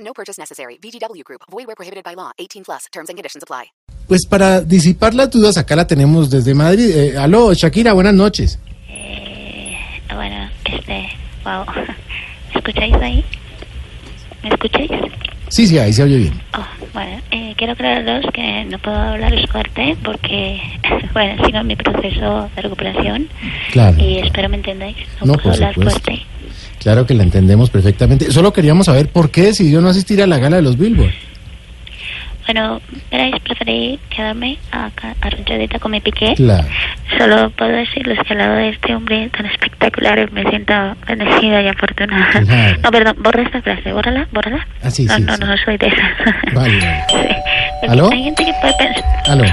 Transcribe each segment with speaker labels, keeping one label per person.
Speaker 1: No purchase necessary. VGW Group. Void where prohibited by law. 18 plus. Terms and conditions apply.
Speaker 2: Pues para disipar las dudas, acá la tenemos desde Madrid. Eh, aló, Shakira, buenas noches.
Speaker 3: Eh, bueno, este, wow. ¿Me escucháis ahí? ¿Me escucháis?
Speaker 2: Sí, sí, ahí se oye bien.
Speaker 3: Oh, bueno, eh, quiero aclararos que no puedo hablaros fuerte porque, bueno, sigo en mi proceso de recuperación
Speaker 2: Claro.
Speaker 3: y espero me entendáis. No,
Speaker 2: No,
Speaker 3: puedo
Speaker 2: por
Speaker 3: hablar
Speaker 2: supuesto.
Speaker 3: fuerte.
Speaker 2: Claro que la entendemos perfectamente. Solo queríamos saber por qué decidió no asistir a la gala de los Billboard.
Speaker 3: ¿Eh? Bueno, veréis, preferí quedarme acá arrunchadita con mi piqué.
Speaker 2: Claro.
Speaker 3: Solo puedo decirles que al lado de este hombre tan espectacular me siento bendecida y afortunada.
Speaker 2: Claro.
Speaker 3: No, perdón, borra esta frase, bórrala, bórrala.
Speaker 2: Ah, sí,
Speaker 3: no,
Speaker 2: sí,
Speaker 3: no,
Speaker 2: sí.
Speaker 3: no, no soy de esa.
Speaker 2: Vale.
Speaker 3: Sí. Porque
Speaker 2: ¿Aló?
Speaker 3: Hay gente que puede pensar...
Speaker 2: Aló.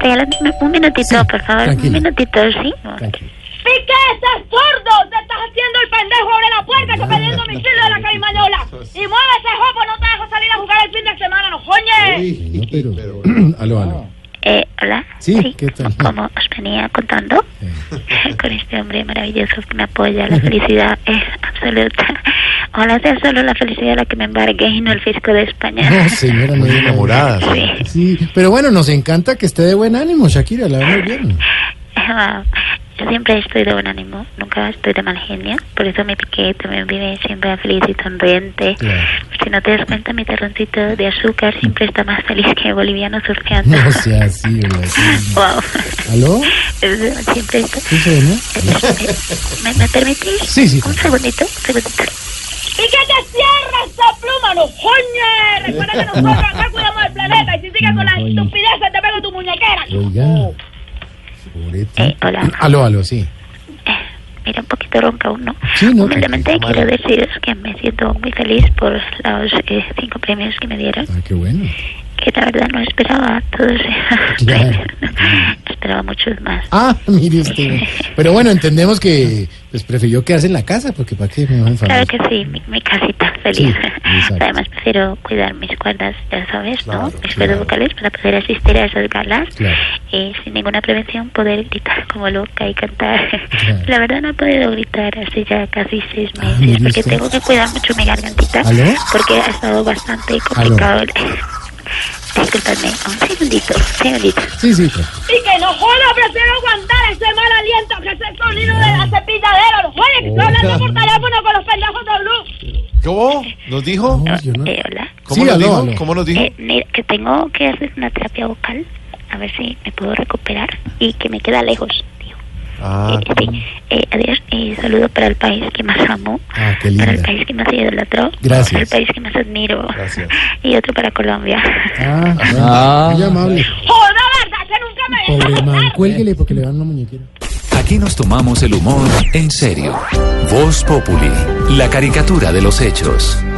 Speaker 3: Regáladme un minutito,
Speaker 2: Sí,
Speaker 3: por favor,
Speaker 2: tranquila.
Speaker 3: un minutito, ¿sí?
Speaker 2: Tranquilo.
Speaker 4: ¡Piqué, estás sordo! ¡Te estás haciendo el pendejo! ¡Abre la puerta! ¡Estoy pidiendo mi chile de la carimañola! ¡Y mueve ese jopo! ¡No te dejo salir a jugar el fin de semana, no coñes!
Speaker 2: No, pero- aló, aló.
Speaker 3: Eh, ¿Hola?
Speaker 2: Sí, ¿qué tal?
Speaker 3: Como os venía contando, con este hombre maravilloso que me apoya, la felicidad es absoluta. Ojalá sea solo la felicidad la que me embargue y no el fisco de España.
Speaker 2: No, señora, no diga-
Speaker 3: Sí.
Speaker 2: Sí, pero bueno, nos encanta que esté de buen ánimo, Shakira, la verdad, bien.
Speaker 3: Wow. Yo siempre estoy de buen ánimo, nunca estoy de mal genio, por eso mi piqué también vive siempre feliz y sonriente.
Speaker 2: Claro.
Speaker 3: Si no te das cuenta, mi terroncito de azúcar siempre está más feliz que el boliviano surfeando.
Speaker 2: No sea así, hola, sí.
Speaker 3: Wow.
Speaker 2: ¿Aló?
Speaker 3: Siempre esto-
Speaker 2: ¿Qué se ve, no?
Speaker 3: ¿Me, me permitís?
Speaker 2: Sí, sí.
Speaker 3: Un segundito, un segundito.
Speaker 4: ¡Piqué, te cierra esa pluma, no coñes! Recuerda que nosotros acá cuidamos el planeta y si sigues con las estupideces te pego tu muñequera.
Speaker 2: Oiga. Pobreta.
Speaker 3: Eh, hola.
Speaker 2: Aló, aló, sí.
Speaker 3: Mira, un poquito ronca aún, ¿no?
Speaker 2: Sí, no,
Speaker 3: Humildemente quiero deciros que me siento muy feliz por los eh, cinco premios que me dieron,
Speaker 2: Ah, qué bueno.
Speaker 3: que la verdad no esperaba todos esos
Speaker 2: Claro.
Speaker 3: premios. Esperaba muchos más.
Speaker 2: Ah, mire usted. Pero bueno, entendemos que pues prefirió quedarse en la casa, porque para qué me van a
Speaker 3: Claro
Speaker 2: enfadar.
Speaker 3: que sí, mi, mi casita
Speaker 2: Sí,
Speaker 3: feliz.
Speaker 2: exacto.
Speaker 3: Además, prefiero cuidar mis cuerdas, ya sabes, ¿no? mis cuerdas vocales para poder asistir a esas galas
Speaker 2: Claro.
Speaker 3: y sin ninguna prevención poder gritar como loca y cantar.
Speaker 2: Claro.
Speaker 3: La verdad no he podido gritar hace ya casi seis
Speaker 2: Ah,
Speaker 3: meses
Speaker 2: mire
Speaker 3: porque
Speaker 2: usted.
Speaker 3: tengo que cuidar mucho mi gargantita
Speaker 2: ¿Aló?
Speaker 3: porque ha estado bastante complicado. Disculpadme, un segundito, un segundito.
Speaker 2: Sí, sí, claro.
Speaker 4: ¡Piqué, no jodas! ¡Prefiero aguantar ese mal aliento que ese sonido de la cepilladera, no coñes! ¡Que estoy hablando por teléfono con los pendejos de Blue!
Speaker 5: ¿Cómo? ¿Nos dijo?
Speaker 2: No, yo no-
Speaker 3: Eh, hola.
Speaker 5: ¿Cómo
Speaker 2: Sí,
Speaker 5: nos
Speaker 2: aló,
Speaker 5: dijo?
Speaker 2: aló.
Speaker 5: ¿Cómo nos dijo?
Speaker 3: Eh, mira, que tengo que hacer una terapia vocal, a ver si me puedo recuperar y que me queda lejos. dijo.
Speaker 5: Ah,
Speaker 3: Eh, sí. Eh, adiós y saludo para el país que más amo,
Speaker 2: Ah, qué
Speaker 3: para el
Speaker 2: linda.
Speaker 3: país que más idolatró,
Speaker 2: Gracias.
Speaker 3: para el país que más admiro
Speaker 5: Gracias.
Speaker 3: y otro para Colombia.
Speaker 2: Ah, bueno, muy amable.
Speaker 4: ¡Joda, verdad! ¡Que nunca me dejas
Speaker 2: Pobre
Speaker 4: hablar!
Speaker 2: man, cuélguele porque le dan una muñequera.
Speaker 6: Aquí nos tomamos el humor en serio. Voz Populi, la caricatura de los hechos.